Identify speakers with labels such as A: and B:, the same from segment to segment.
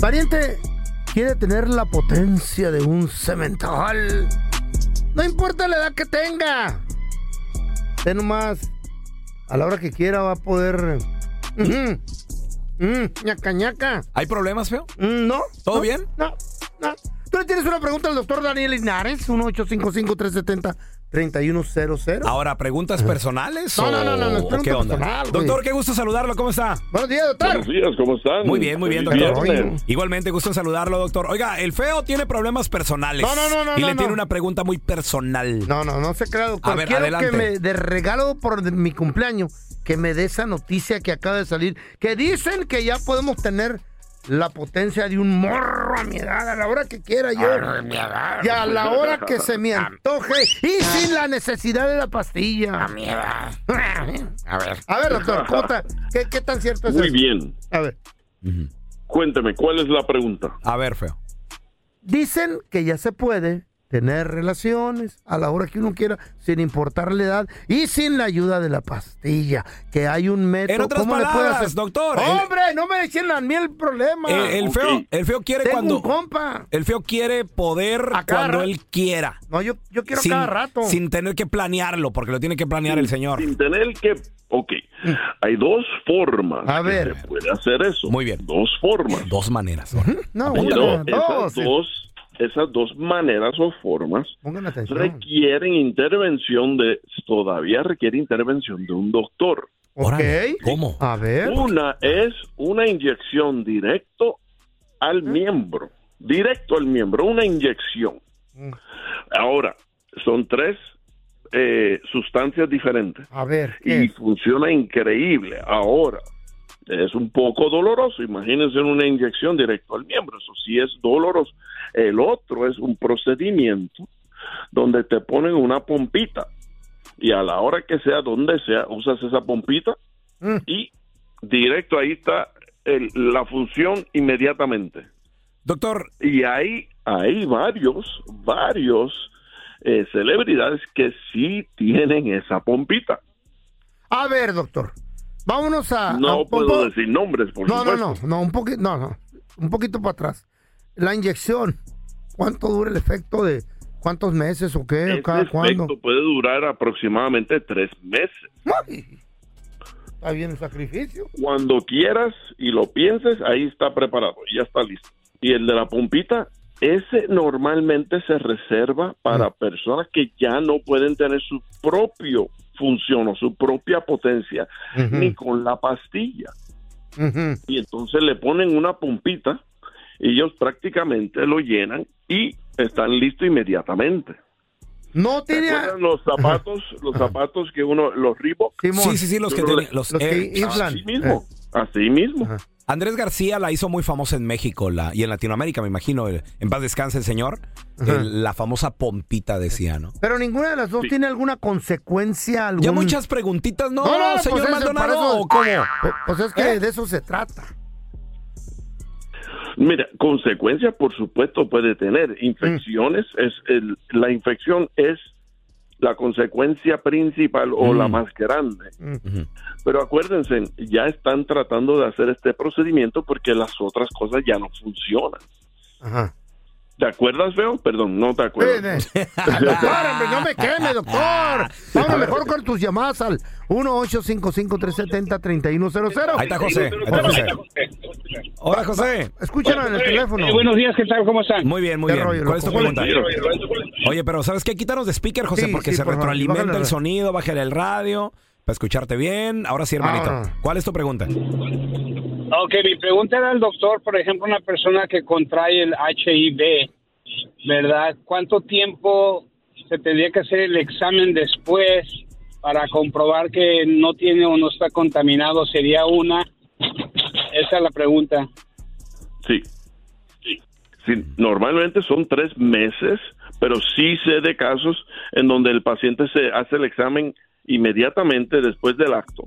A: Pariente quiere tener la potencia de un cemental. No importa la edad que tenga. Usted nomás, a la hora que quiera va a poder... Ujú. Mm, ñaca, ñaca.
B: ¿Hay problemas, feo?
A: Mm, ¿No?
B: ¿Todo
A: no,
B: bien?
A: No, no. ¿Tú le tienes una pregunta al doctor Daniel Linares? 1-855-370-3100.
B: Ahora, ¿preguntas personales
A: No,
B: o-
A: no, no, no, no, es
B: o
A: pregunta
B: qué onda?
A: personal, güey.
B: Doctor, qué gusto saludarlo, ¿cómo está?
A: Buenos días, doctor.
C: Buenos días, ¿cómo están?
B: Muy bien, muy bien,
C: Feliz
B: doctor.
C: viernes.
B: Igualmente, gusto en saludarlo, doctor. Oiga, el feo tiene problemas personales.
A: No, no, no, no,
B: Y
A: no,
B: le
A: no.
B: tiene una pregunta muy personal.
A: No, no, no se crea, doctor.
B: A ver,
A: Quiero
B: adelante.
A: que me, de regalo por mi cumpleaños, que me dé esa noticia que acaba de salir, que dicen que ya podemos tener la potencia de un morro a mi edad, a la hora que quiera yo. Y a la hora que se me antoje y sin la necesidad de la pastilla. A mi edad. A ver. A ver, doctor, ¿cómo está? ¿Qué, qué tan cierto es
C: Muy
A: eso?
C: bien.
A: A ver.
C: Cuénteme, ¿cuál es la pregunta?
B: A ver, feo.
A: Dicen que ya se puede tener relaciones a la hora que uno quiera, sin importar la edad y sin la ayuda de la pastilla. Que hay un método.
B: En otras
A: ¿Cómo le puede
B: palabras,
A: hacer?
B: doctor, el-
A: ¡Hombre, no me echen a mí el problema!
B: El, el
C: ok.
B: feo, el feo quiere
A: Ah, Tengo
B: cuando.
A: un compa.
B: El feo quiere poder
A: A cada
B: cuando
A: rato.
B: él quiera.
A: No, yo, yo quiero cada rato.
B: sin tener que planearlo, porque lo tiene que planear el señor.
C: Sin tener que... Ok, hay dos formas
A: A
C: que
A: ver.
C: se puede hacer eso.
B: Muy bien.
C: Dos formas.
B: Dos maneras.
A: no,
C: Pero
A: una, dos.
C: esas, dos, esas dos maneras o formas
A: Pongan atención.
C: requieren intervención de... Todavía requiere intervención de un doctor.
A: Ok.
B: Órale, ¿Cómo?
A: A ver.
C: Una es una inyección directo al miembro, directo al miembro, una inyección. Ahora, son tres eh, sustancias diferentes
A: A ver. ¿qué
C: y
A: es?
C: funciona increíble. Ahora, es un poco doloroso, imagínense una inyección directo al miembro, eso sí es doloroso. El otro es un procedimiento donde te ponen una pompita y a la hora que sea, donde sea, usas esa pompita
A: Mm.
C: y directo ahí está el- la función inmediatamente.
B: Doctor,
C: Y hay, hay varios, varios eh, celebridades que sí tienen esa pompita.
A: A ver, doctor. Vámonos a. a
C: No
A: un poco-
C: puedo decir nombres, por
A: Ah, No, no,
C: supuesto.
A: no, no, un poquito, no, no, un poquito para atrás. La inyección, ¿cuánto dura el efecto de cuántos meses o qué?
C: Este
A: ¿Cada cuándo?
C: efecto puede durar aproximadamente tres meses.
A: ¡Ay! Está bien el sacrificio.
C: Cuando quieras y lo pienses, ahí está preparado, ya está listo. y el de la pompita, ese normalmente se reserva
A: Mm.
C: para personas que ya no pueden tener su propio función o su propia potencia,
A: Ujú.
C: ni con la pastilla.
A: Ujú.
C: Y entonces le ponen una pompita y ellos prácticamente lo llenan y están listos inmediatamente.
A: No tiene. a-
C: ¿Recuerdan los zapatos, los zapatos que uno, los Reebok?
A: Simón.
B: Sí, sí, sí, los que,
C: Yo no
B: tenía-
C: le-
B: los
A: los que
B: Air-
A: inflan. Eh.
C: Así mismo, así mismo.
A: Ajá.
B: Andrés García la hizo muy famosa en México la, y en Latinoamérica, me imagino. el- en paz descanse el señor.
A: Ajá.
B: el- la famosa pompita decía, ¿no?
A: Pero ninguna de las dos
C: Sí.
A: tiene alguna consecuencia. Algún...
B: Ya muchas preguntitas, ¿no,
A: Mm. No, no, pues
B: señor
A: ese,
B: Maldonado?
A: para eso-
B: ¿o cómo?
A: Pu- Pues es que
B: ¿Eh?
A: de eso se trata.
C: Mira, consecuencias por supuesto puede tener. Infecciones,
A: Mm.
C: es el- la infección es la consecuencia principal o
B: Mm.
C: la más grande.
B: Ujú.
C: Pero acuérdense, ya están tratando de hacer este procedimiento porque las otras cosas ya no funcionan.
A: Ajá.
C: ¿Te acuerdas, Feo? Perdón, no te acuerdas.
A: Eh, eh. doctor, hombre, no me queme, doctor. Vamos mejor con tus llamadas al 1-855-370-3100.
B: Ahí está José. Ahí está José. Hola, José.
A: Escúchanos en el teléfono.
D: buenos días, ¿qué tal? ¿Cómo están?
B: Muy bien, muy
A: Qué
B: bien.
A: rollo,
B: ¿Cuál es tu
A: loco.
B: pregunta? Oye, pero ¿sabes qué? Quítanos de speaker, José,
A: Sí,
B: porque
A: sí,
B: se
A: por favor.
B: retroalimenta
A: Bájale,
B: el
A: bájale.
B: sonido, bájale el radio para escucharte bien. Ahora sí, hermanito.
A: Ahora.
B: ¿Cuál es tu pregunta?
D: Ok, mi pregunta era al doctor, por ejemplo, una persona que contrae el HIV, ¿verdad? ¿Cuánto tiempo se tendría que hacer el examen después para comprobar que no tiene o no está contaminado? ¿Sería una? Esa es la pregunta.
C: Sí. Sí, Normalmente son tres meses, pero sí sé de casos en donde el paciente se hace el examen inmediatamente después del acto.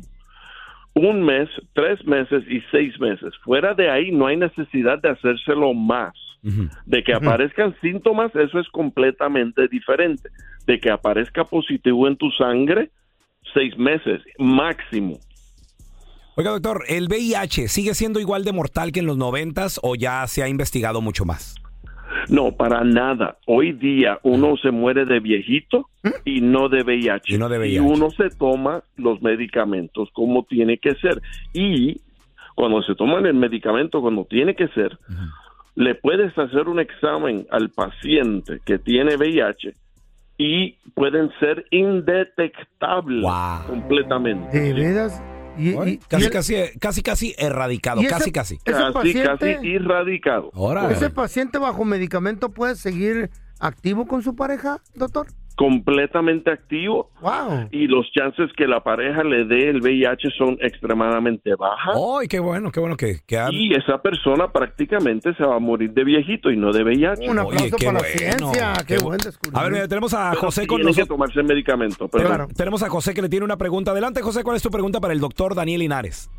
C: Un mes, tres meses y seis meses. Fuera de ahí no hay necesidad de hacérselo más.
B: Ujú.
C: De que aparezcan síntomas, eso es completamente diferente. De que aparezca positivo en tu sangre, seis meses máximo.
B: Oiga, doctor, ¿el VIH sigue siendo igual de mortal que en los noventas o ya se ha investigado mucho más?
C: No, para nada. Hoy día uno se muere de viejito
A: ¿Eh?
C: y no de VIH.
B: Y no de VIH.
C: uno se toma los medicamentos como tiene que ser. Y cuando se toman el medicamento como tiene que ser, le puedes hacer un examen al paciente que tiene VIH y pueden ser indetectables
B: Wow.
C: completamente.
A: ¿De veras? Y, y- y
B: casi,
A: el-
B: casi, casi, casi erradicado,
A: y ese-
B: casi, casi.
A: Ese
C: Casi,
A: paciente,
C: casi irradicado.
B: Ahora.
A: ese paciente bajo medicamento puede seguir activo con su pareja, doctor.
C: Completamente activo
A: Wow.
C: y los chances que la pareja le dé el VIH son extremadamente bajas.
B: ¡Ay, qué bueno, qué bueno que, que ha-
C: Y esa persona prácticamente se va a morir de viejito y no de VIH.
A: Un
B: Oye,
A: aplauso
B: qué
A: para la
B: bueno,
A: ciencia. Qué,
B: bu-
A: buen
B: A ver, mira,
A: descubrimiento.
B: tenemos a José con
C: Tiene que
B: nosotros.
C: tomarse el medicamento. pero-
A: Claro.
B: Tenemos a José que le tiene una pregunta. Adelante, José, ¿cuál es tu pregunta para el doctor Daniel Linares?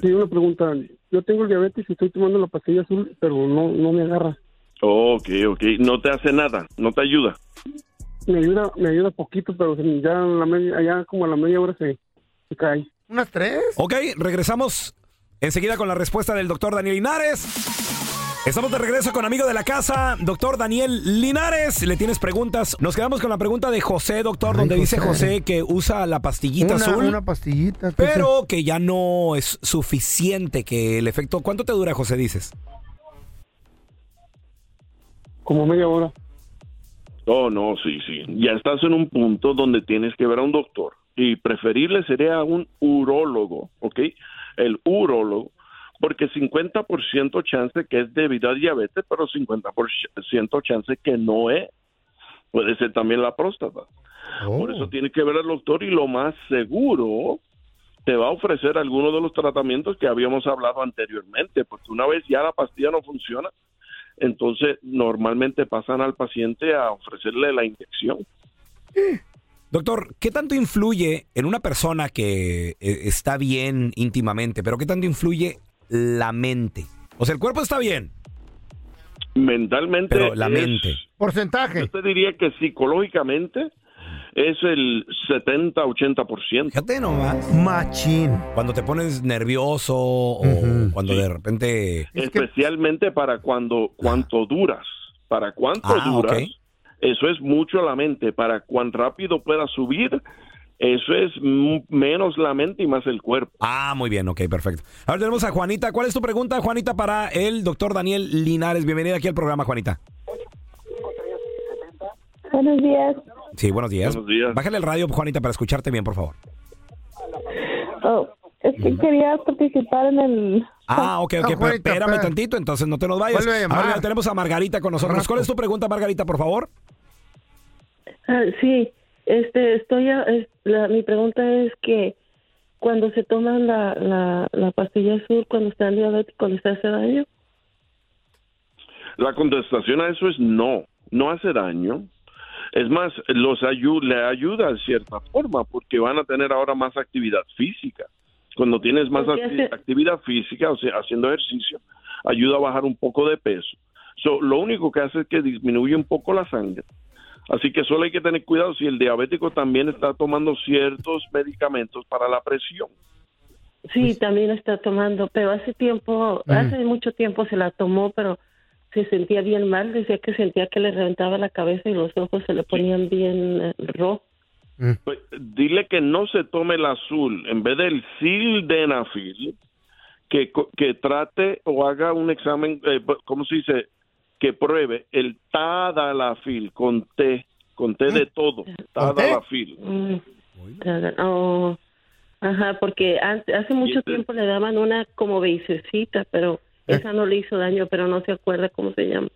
D: Sí, una pregunta. Yo tengo el diabetes y estoy tomando la pastilla azul, pero no, no me agarra.
C: Ok, ok. No te hace nada, no te ayuda.
D: Me ayuda, me ayuda poquito, pero ya, la media, ya como a la media hora se, se cae.
A: Unas tres.
B: Ok, regresamos enseguida con la respuesta del doctor Daniel Linares. Estamos de regreso con amigo de la casa, doctor Daniel Linares. Le tienes preguntas. Nos quedamos con la pregunta de José, doctor,
A: Ay,
B: donde dice
A: José.
B: José que usa la pastillita
A: Una,
B: azul,
A: una pastillita. que se-
B: pero que ya no es suficiente que el efecto. ¿Cuánto te dura, José? Dices.
D: Como media hora.
C: Oh, no, sí, sí. Ya estás en un punto donde tienes que ver a un doctor. Y preferible sería un urólogo, ¿ok? El urólogo, porque 50% chance que es debido a diabetes, pero 50% chance que no es. Puede ser también la próstata. Por
A: Oh.
C: eso tiene que ver al doctor y lo más seguro te va a ofrecer alguno de los tratamientos que habíamos hablado anteriormente, porque una vez ya la pastilla no funciona, entonces normalmente pasan al paciente a ofrecerle la inyección.
B: Doctor, ¿qué tanto influye en una persona que eh, está bien íntimamente, pero qué tanto influye la mente? O sea, el cuerpo está bien,
C: Mentalmente,
B: pero la
C: es-
B: mente.
A: Porcentaje.
C: yo te diría que psicológicamente es el 70-80%.
B: Fíjate nomás.
A: Machín.
B: Cuando te pones nervioso o
A: Ujú.
B: cuando de repente...
A: Es que-
C: especialmente para cuando cuánto duras, para cuánto
B: Ah,
C: duras,
B: ok.
C: eso es mucho a la mente, para cuán rápido puedas subir,
E: Eso es m- menos la mente y más el cuerpo.
B: Ah, muy bien, ok, perfecto. Ahora tenemos a Juanita. ¿Cuál es tu pregunta, Juanita, para el doctor Daniel Linares? Bienvenida aquí al programa, Juanita.
F: Buenos días.
B: Sí, buenos días. Bájale el radio, Juanita, para escucharte bien, por favor.
F: Oh, es que quería participar en el...
B: Ah, ok, ok, pero
F: Juanita,
B: espérame
F: espera.
B: tantito, entonces no te nos vayas.
F: Vuelve a llamar.
B: Ahora tenemos a Margarita con nosotros. ¿Cuál es tu pregunta, Margarita, por favor?
G: Ah, sí, este, estoy. a- es- la- mi pregunta es que cuando se toman la, la, la pastilla azul, cuando están diabéticos, ¿les hace daño?
E: La contestación a eso es no, no hace daño. Es más, los ayu- le ayuda de cierta forma porque van a tener ahora más actividad física. Cuando tienes más
G: Porque
E: acti-
G: hace-
E: actividad física, o sea, haciendo ejercicio, ayuda a bajar un poco de peso. So, lo único que hace es que disminuye un poco la sangre. Así que solo hay que tener cuidado si el diabético también está tomando ciertos medicamentos para la presión.
G: Sí, también está tomando, pero hace tiempo,
E: Mm.
G: hace mucho tiempo se la tomó, pero se sentía bien mal, decía que sentía que le reventaba la cabeza y los ojos se le ponían bien eh, rojos.
E: Pues, dile que no se tome el azul en vez del sildenafil, que, co- que trate o haga un examen, eh, bu- ¿cómo se dice? Que pruebe el tadalafil con T, con T de todo, tadalafil.
G: Mm. Ajá, oh, ajá, porque ante- hace mucho tiempo le daban una como beisecita, pero esa no le hizo daño, pero no se acuerda cómo se llama.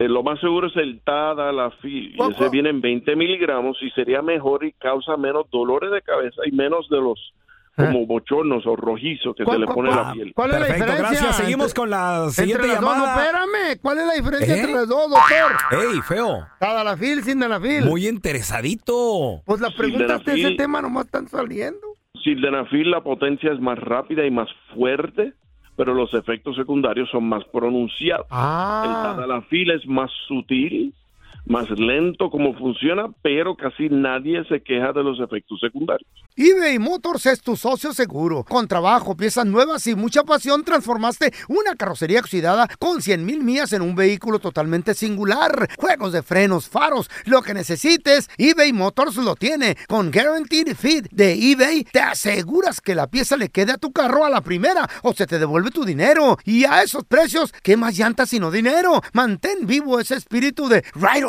E: Eh, lo más seguro es el tadalafil, y ese viene en 20 miligramos y sería mejor y causa menos dolores de cabeza y menos de los como bochornos o rojizos que se le pone a la piel.
A: ¿Cuál es la
B: Perfecto,
A: diferencia?
B: gracias. Seguimos con la siguiente
A: entre las dos,
B: llamada.
A: espérame, ¿cuál es la diferencia
B: ¿Eh?
A: entre las dos, doctor?
B: ¡Ey, feo!
A: Tadalafil, sildenafil.
B: Muy interesadito.
A: Pues las preguntas de ese
E: Sildenafil.
A: tema nomás están saliendo.
E: Sildenafil la potencia es más rápida y más fuerte, pero los efectos secundarios son más pronunciados.
A: Ah.
E: El tadalafil es más sutil, más lento como funciona, pero casi nadie se queja de los efectos secundarios.
A: eBay Motors es tu socio seguro. Con trabajo, piezas nuevas y mucha pasión, transformaste una carrocería oxidada con 100 mil millas en un vehículo totalmente singular. Juegos de frenos, faros, lo que necesites, eBay Motors lo tiene. Con Guaranteed Fit de eBay, te aseguras que la pieza le quede a tu carro a la primera o se te devuelve tu dinero. Y a esos precios, ¿qué más llantas sino dinero? Mantén vivo ese espíritu de Ride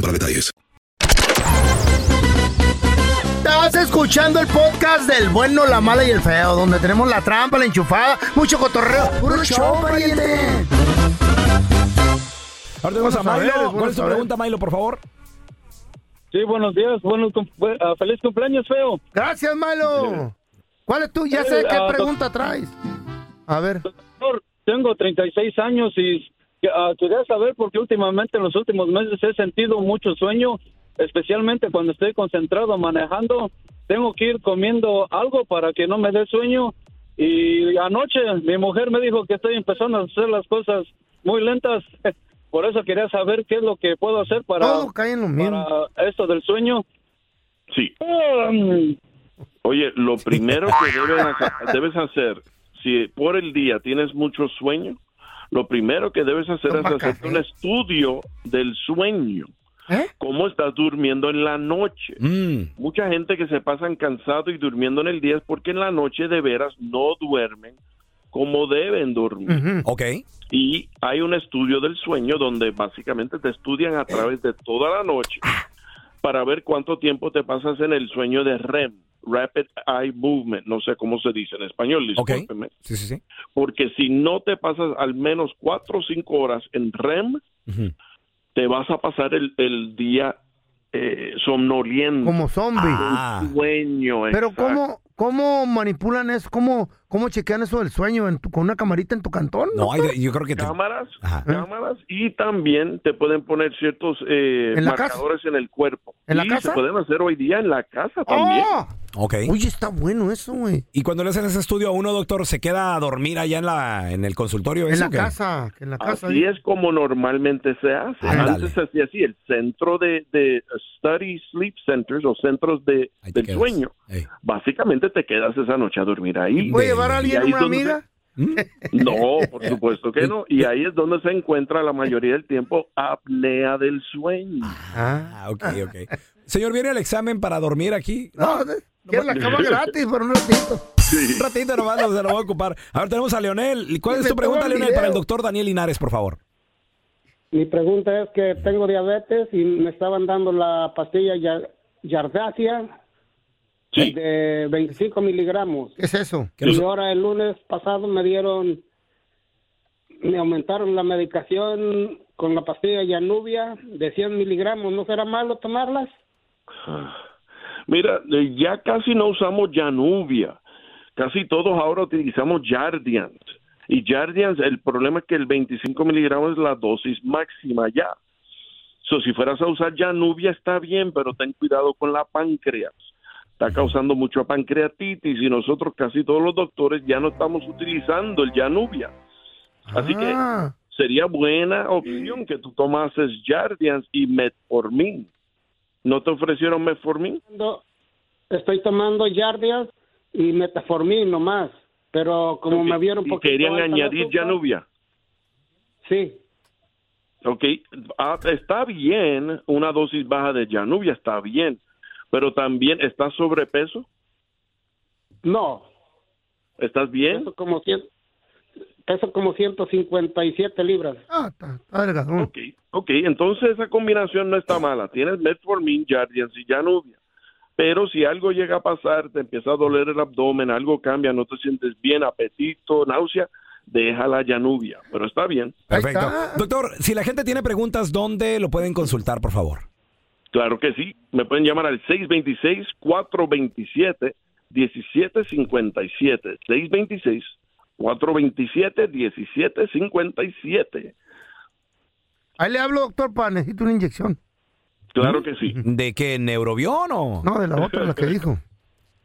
H: para detalles.
A: Estás escuchando el podcast del bueno, la mala y el feo, donde tenemos la trampa, la enchufada, mucho cotorreo. ¡Puro show, pariente!
B: Ahora tenemos
C: Buenos
B: a Milo.
C: saberes,
B: ¿Cuál
C: buenos
B: es tu
C: saberes.
B: pregunta, Milo, por favor?
C: Sí, buenos días, buenos cum- bu- ah, feliz cumpleaños, feo.
A: Gracias, Malo. ¿Cuál es tu? Ya sé qué pregunta traes. A ver.
C: Tengo 36 años y ah, quería saber porque últimamente en los últimos meses he sentido mucho sueño, especialmente cuando estoy concentrado manejando. Tengo que ir comiendo algo para que no me dé sueño. Y anoche mi mujer me dijo que estoy empezando a hacer las cosas muy lentas. Por eso quería saber qué es lo que puedo hacer para, para esto del sueño.
E: Sí.
C: Mm,
E: Oye, lo primero que deben haca- debes hacer, si por el día tienes mucho sueño, lo primero que debes hacer es hacer un estudio del sueño. ¿Cómo estás durmiendo en la noche? Mucha gente que se pasan cansado y durmiendo en el día es porque en la noche de veras no duermen como deben dormir.
B: Ok.
E: Y hay un estudio del sueño donde básicamente te estudian a través de toda la noche
C: para ver cuánto tiempo te pasas en el sueño de REM, Rapid Eye Movement, no sé cómo se dice en español,
B: Ok.
C: discúlpeme.
B: Sí, sí, sí.
C: Porque si no te pasas al menos cuatro o cinco horas en REM,
B: Ujú.
C: te vas a pasar el, el día eh, somnoliento.
A: Como zombie.
C: Ah. Sueño,
A: Pero
C: exacto.
A: ¿cómo, ¿cómo manipulan eso? ¿Cómo, cómo chequean eso del sueño en tu- con una camarita en tu cantón? doctor?
C: cámaras, cámaras y también te pueden poner ciertos eh,
A: ¿En la casa?
C: marcadores en el cuerpo.
A: ¿En la
C: Y
A: casa? ¡Oh!
C: Se pueden hacer hoy día en la casa también.
B: Ok.
A: Oye, está bueno eso, güey.
B: Y cuando le hacen ese estudio a uno, doctor, ¿se queda a dormir allá en, la, en el consultorio?
A: En
B: ese
A: la
B: o qué?
A: casa, en la casa. ¿eh? ahí.
C: Así es como normalmente se hace.
B: Ándale.
C: Antes se hacía así, el centro de, de Study Sleep Centers o centros de, del
B: quedas.
C: sueño. Básicamente te quedas esa noche a dormir ahí. ¿Mm?
A: ¿Puede llevar a
C: Y
A: alguien
C: ahí
A: una
C: es donde
A: amiga?
C: se- No, por supuesto que no. Y ahí es donde se encuentra la mayoría del tiempo apnea del sueño.
B: Ah, ok, ok. Señor, ¿viene al examen para dormir aquí?
A: No, quiere la cama gratis por un ratito.
B: Un ratito nomás se lo voy a ocupar. A ver, tenemos a Leonel. ¿Cuál
A: Que
B: es tu
A: me
B: pregunta,
A: toma el
B: Leonel, para el
A: video.
B: doctor Daniel Linares, por favor?
I: Mi pregunta es que tengo diabetes y me estaban dando la pastilla Yar- Yardacia de 25 miligramos.
A: ¿Qué es eso?
I: Y ahora el lunes pasado me dieron, me aumentaron la medicación con la pastilla Yanubia de 100 miligramos. ¿No será malo tomarlas?
C: Mira, eh, ya casi no usamos Januvia. Casi todos ahora utilizamos Jardians. Y Jardians, el problema es que el 25 miligramos es la dosis máxima ya. So, si fueras a usar Januvia está bien, pero ten cuidado con la páncreas. Está causando mucho pancreatitis y nosotros casi todos los doctores ya no estamos utilizando el Januvia. Así
A: Ah.
C: que sería buena opción que tú tomases Jardians y Metformin. ¿No te ofrecieron Metformin?
I: Ando- Estoy tomando Yardias y Metaformin nomás, pero como me vieron
C: Y
I: poquito
C: querían
I: alta el
C: añadir
I: azúcar,
C: Janubia.
I: Sí.
C: Ok, Ah, está bien, una dosis baja de Janubia está bien, pero también estás sobrepeso.
I: No,
C: ¿Estás bien?
I: peso como, cien, peso como 157 libras.
A: Ah, está, está delgadón.
C: Ok, entonces esa combinación no está mala. Tienes Metformin, Jardians y Janubia. Pero si algo llega a pasar, te empieza a doler el abdomen, algo cambia, no te sientes bien, apetito, náusea, deja la Janubia. Pero está bien.
B: Perfecto. Doctor, si la gente tiene preguntas, ¿dónde lo pueden consultar, por favor?
C: Claro que sí. Me pueden llamar al 626-427-1757. 626-427-1757.
A: Ahí le hablo, doctor, para necesito una inyección.
C: Claro que sí.
B: ¿Mm? ¿De qué? ¿Neurobión o...?
A: No, de la otra, la que dijo.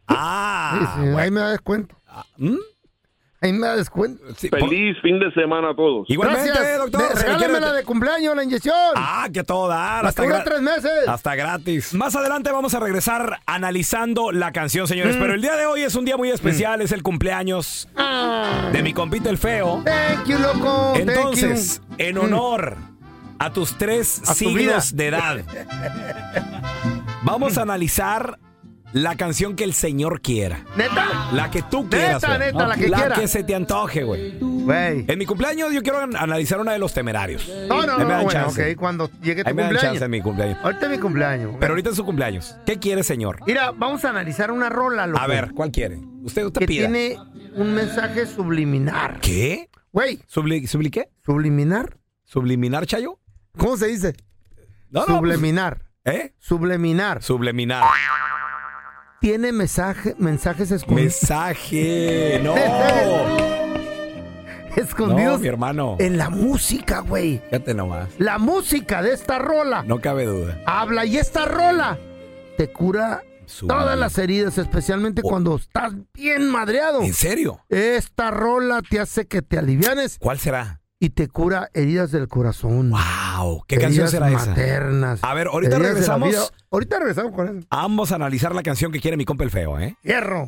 B: Ah. ¿Mm?
A: Sí, sí, Ahí me da descuento. Ahí me da descuento.
C: Feliz fin de semana a todos.
B: Igualmente, doctor.
A: De-
B: se le quiere-
A: regálamela de cumpleaños la inyección.
B: Ah, que todo dar.
A: La
B: hasta
A: cura
B: gra-
A: tres meses.
B: Hasta gratis. Más adelante vamos a regresar analizando la canción, señores.
A: Mm.
B: Pero el día de hoy es un día muy especial. Es el cumpleaños de mi compita el feo.
A: Thank you, loco. Ah. thank
B: Entonces,
A: you.
B: en honor a tus tres
A: A tu
B: signos
A: vida.
B: de edad, vamos a analizar la canción que el Señor quiera.
A: ¿Neta?
B: La que tú
A: Neta,
B: quieras. güey.
A: neta, la que quiera.
B: se te antoje, güey. En mi cumpleaños yo quiero an- analizar una de los temerarios.
A: No, no,
B: Eh, Ahí me
A: no,
B: dan
A: bueno,
B: chance.
A: ok, cuando llegue tu
B: Ahí me dan
A: cumpleaños.
B: chance en mi cumpleaños.
A: Ahorita es mi cumpleaños. güey.
B: Pero ahorita es su cumpleaños. ¿Qué quiere, señor?
A: Mira, vamos a analizar una rola, loco.
B: A ver, ¿cuál quiere? Usted, usted
A: Que
B: pida.
A: tiene un mensaje subliminar.
B: ¿Qué?
A: Güey.
B: ¿Subli, subli qué?
A: ¿Subliminar?
B: ¿Subliminar, Chayo?
A: ¿Cómo se dice?
B: No, no,
A: subliminar.
B: ¿Eh?
A: Subliminar.
B: Subliminar.
A: Tiene mensaje, mensajes escondidos.
B: Mensaje. No.
A: escondidos
B: No, mi hermano.
A: en la música, güey.
B: Fíjate nomás.
A: La música de esta rola.
B: No cabe duda.
A: Habla y esta rola te cura todas las heridas, especialmente cuando estás bien madreado.
B: ¿En serio?
A: Esta rola te hace que te alivianes
B: ¿Cuál será?
A: y te cura heridas del corazón.
B: ¡Wow! ¿Qué canción será esa?
A: maternas.
B: A ver, ahorita
A: heridas de la
B: regresamos.
A: vida. Ahorita regresamos con eso.
B: Ambos a analizar la canción que quiere mi compa el feo, ¿eh?
A: Hierro.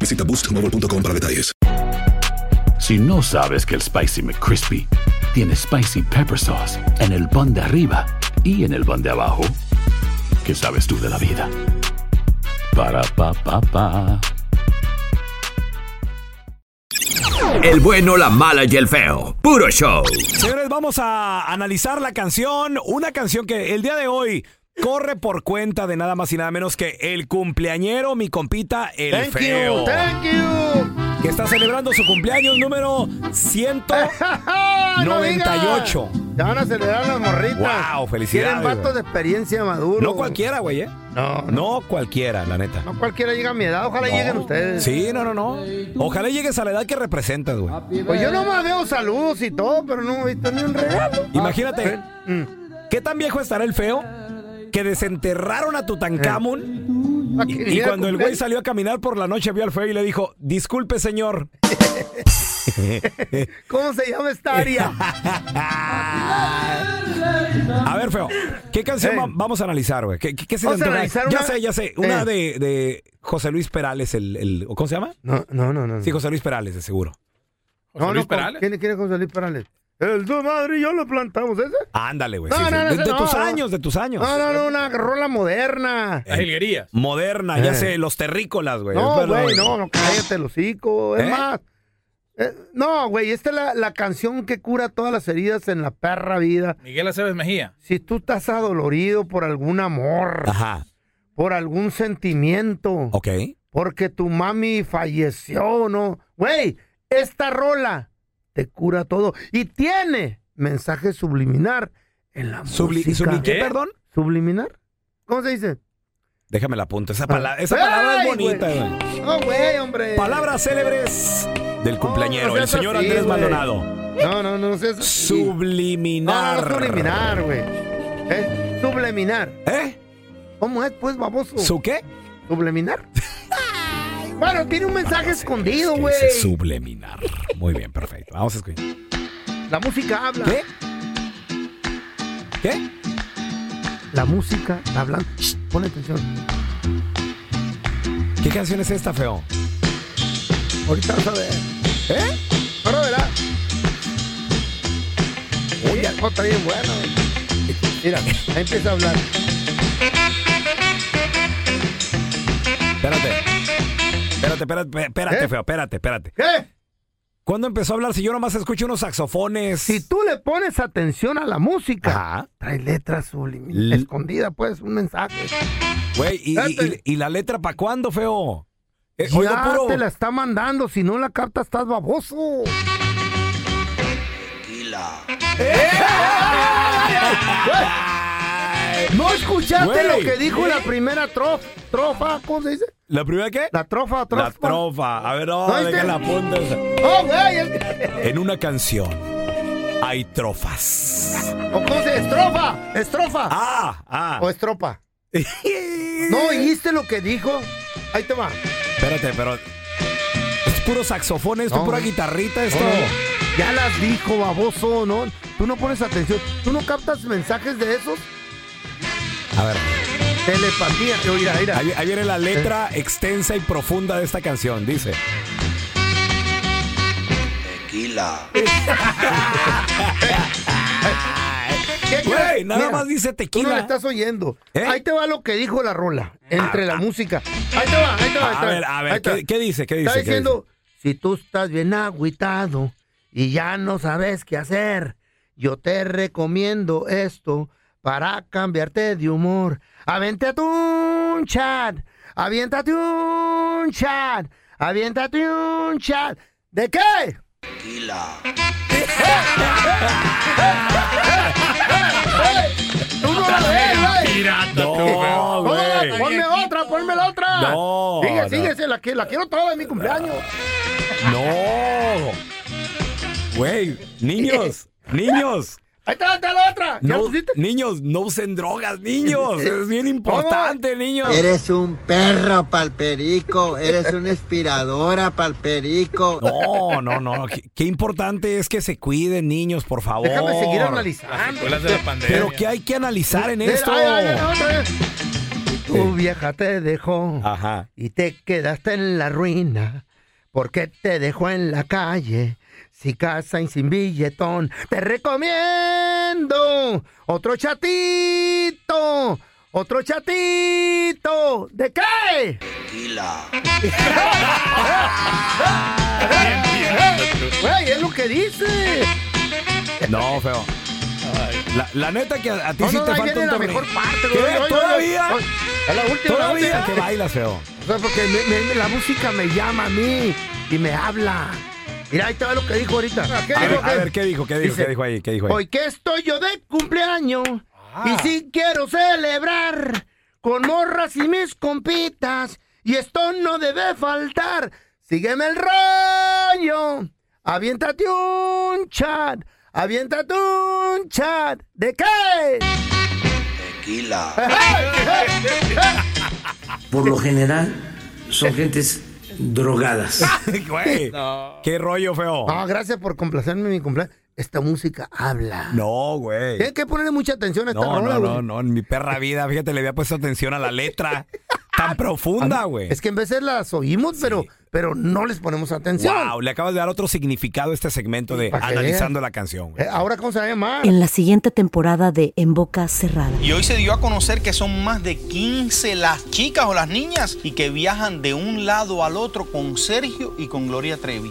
J: Visita boostmobile.com para detalles.
K: Si no sabes que el Spicy McCrispy tiene spicy pepper sauce en el pan de arriba y en el pan de abajo, ¿qué sabes tú de la vida? Para pa pa pa.
L: El bueno, la mala y el feo. Puro show.
B: Señores, vamos a analizar la canción. Una canción que el día de hoy corre por cuenta de nada más y nada menos que el cumpleañero, mi compita, el
A: Thank
B: feo.
A: you, thank you.
B: Que está celebrando su cumpleaños número 198.
A: Ya van a celebrar las morritas.
B: Wow, felicidades,
A: Quieren vatos
B: güey.
A: de experiencia maduro.
B: No cualquiera, güey, ¿eh? No, no cualquiera, la neta.
A: No cualquiera llega a mi edad, ojalá lleguen ustedes.
B: Sí, no, no, no. Ojalá llegues a la edad que representas, güey.
A: Pues yo nomás veo saludos y todo, pero no he visto ni un regalo. Ah,
B: Imagínate,
A: Mm.
B: ¿qué tan viejo estará el feo que desenterraron a
A: Eh.
B: Tutankamón? Y, y cuando el güey salió a caminar por la noche, vio al feo y le dijo: Disculpe, señor.
A: ¿Cómo se llama esta área?
B: A ver, feo, ¿qué canción va- vamos a analizar, güey? ¿Qué, qué, qué se
A: Eh. Vamos a
B: te antoja?
A: analizar
B: Ya
A: una-
B: sé, ya sé. Una
A: Eh.
B: de, de José Luis Perales, el, el- ¿Cómo se llama?
A: No, no, no. no.
B: Sí, José Luis Perales, de seguro.
A: No, no, ¿con- ¿Quién quiere José Luis Perales? El tu madre y yo lo plantamos, ¿ese?
B: Ándale, güey.
A: No,
B: sí, sí.
A: no, no,
B: de,
A: ese
B: de
A: no,
B: tus
A: no.
B: años, de tus años.
A: No, no, no, una rola moderna.
B: Eh, Moderna, ya
A: Eh.
B: sé, los terrícolas, güey.
A: No,
B: Pero-
A: güey, no, no, cállate el hocico. Es
B: ¿Eh?
A: más. eh, no, güey, esta es la, la canción que cura todas las heridas en la perra vida.
M: Miguel Aceves Mejía.
A: Si tú estás adolorido por algún amor, por algún sentimiento, porque tu mami falleció, ¿no? Güey, esta rola te cura todo y tiene mensaje subliminar en la
B: Subli-
A: música.
B: subli- ¿qué, ¿Eh? perdón?
A: ¿Subliminar? ¿Cómo se dice?
B: Déjame la apunto. Esa, pala- esa palabra es
A: Ay,
B: bonita,
A: güey.
B: güey.
A: No, güey, hombre.
B: Palabras célebres del cumpleañero,
A: no seas
B: el señor
A: así,
B: Andrés
A: güey.
B: Maldonado.
A: No, no, no seas así.
B: Subliminar.
A: No, no, no, subliminar, güey. ¿Eh? Subliminar.
B: ¿Eh?
A: ¿Cómo es, pues, baboso?
B: ¿Su qué?
A: Subliminar. bueno, tiene un mensaje escondido,
B: Ah, Que
A: güey.
B: dice subliminar. Muy bien, perfecto. Vamos a escuchar.
A: La música habla.
B: ¿Qué? ¿Qué?
A: La música habla. Shh, pon atención.
B: ¿Qué canción es esta, feo?
A: Ahorita vas a ver.
B: ¿Eh?
A: Ahora verás. Oye, no, está bien bueno. Mira, ahí empieza a hablar.
B: Espérate. Espérate, espérate,
A: ¿Eh?
B: espérate, feo. Espérate, espérate.
A: ¿Qué?
B: ¿Cuándo empezó a hablar? Si yo nomás escucho unos saxofones.
A: Si tú le pones atención a la música, trae letras subliminales.
B: L-
A: Escondida, pues, un mensaje.
B: Güey, y, y- y- y la letra para cuándo, feo? Eh,
A: ya
B: oigo puro-
A: te la está mandando. Si no la capta, estás baboso. No escuchaste
B: Eh, Güey. ¿Eh?
A: lo que dijo la primera trof, trofa. ¿Cómo se dice?
B: ¿La primera qué?
A: La trofa, trofa.
B: La trofa. A ver, no,
A: ¿No viste?
B: déjala apunto esa.
A: ¡Oh, güey! es-
B: En una canción hay trofas.
A: ¿O cómo se estrofa? ¿Estrofa?
B: Ah, ah.
A: ¿O estropa? Pues, ¿No oíste lo que dijo? Ahí te va.
B: Espérate, pero. Es puro saxofón esto,
A: No.
B: pura guitarrita esto.
A: No, no, no. Ya las dijo, baboso, ¿no? Tú no pones atención. ¿Tú no captas mensajes de esos?
B: A ver.
A: Telepatía. Mira, mira.
B: Ahí, ahí viene la letra extensa y profunda de esta canción. Dice.
A: Tequila. ¿Qué
B: Güey,
A: crees?
B: nada más dice tequila. ¿Eh?
A: Tú no le estás oyendo. Ahí te va lo que dijo la rola,
B: Ah.
A: entre la música. Ahí te va, ahí te va. ahí
B: A
A: te va,
B: ver, a ver,
A: ahí te
B: ¿qué-
A: va.
B: qué dice? ¿Qué
A: Está
B: dice? ¿Qué
A: diciendo, si tú estás bien agüitado y ya no sabes qué hacer, yo te recomiendo esto para cambiarte de humor. Aviéntate un chat, aviéntate un chat, aviéntate un chat. ¿De qué? ¡Tú no la ves, güey!
B: No,
A: Ponme,
B: güey.
A: ponme otra, ponme la otra.
B: No,
A: Sigue,
B: no.
A: sigue, se la, que- la quiero toda de mi cumpleaños.
B: No. Güey, niños, niños.
A: Ahí está, ahí está la otra. ¿Ya
B: No,
A: la pusiste?
B: niños, no usen drogas, niños. Es bien importante, niños.
M: Eres un perro palperico, eres una inspiradora palperico.
B: No, no, no. Qué, qué importante es que se cuiden, niños, por favor.
M: Déjame seguir
A: analizando. Las
M: secuelas de la pandemia.
B: Pero que hay que analizar en
A: Mira,
B: esto.
A: ahí, ahí, ahí, otra vez. Tu vieja te dejó y te quedaste en la ruina porque te dejó en la calle. Si casa y sin billetón, te recomiendo otro chatito, otro chatito. ¿De qué? Güey, es lo que dice.
B: No, feo. La, la neta que a, a ti
A: No,
B: sí
A: no,
B: te
A: ahí
B: falta
A: viene
B: un
A: la
B: tornillo.
A: mejor parte,
B: ¿Qué?
A: güey. Oye, oye,
B: ¿Todavía?
A: oye, Es la última. la
B: ¿Todavía?
A: última.
B: ¿Qué bailas, feo?
A: O sea, Pues, porque me- me- la música me llama a mí y me habla. Mira, ahí te va lo que dijo ahorita.
B: A ver, a ver, ¿qué dijo? ¿Qué dijo?
A: Dice,
B: ¿Qué dijo ahí? ¿Qué dijo ahí? Ah.
A: Hoy que estoy yo de cumpleaños y sí quiero celebrar con morras y mis compitas y esto no debe faltar. Sígueme el rollo, aviéntate un chat, aviéntate un chat. ¿De qué?
N: Por lo general, son gentes drogadas.
B: Güey, qué rollo feo.
A: Ah, gracias por complacerme en mi cumpleaños. Esta música habla.
B: No, güey.
A: Tienes que ponerle mucha atención a esta
B: No,
A: rola,
B: no,
A: güey.
B: no, no, en mi perra vida, fíjate, le había puesto atención a la letra tan profunda, güey.
A: Es que en veces las oímos, pero, pero no les ponemos atención.
B: Wow, le acabas de dar otro significado a este segmento de
A: para que
B: analizando
A: veas.
B: la canción, güey.
A: Eh, Ahora, ¿cómo se llama?
O: En la siguiente temporada de En Boca Cerrada.
G: Y hoy se dio a conocer que son más de 15 las chicas o las niñas y que viajan de un lado al otro con Sergio y con Gloria Trevi.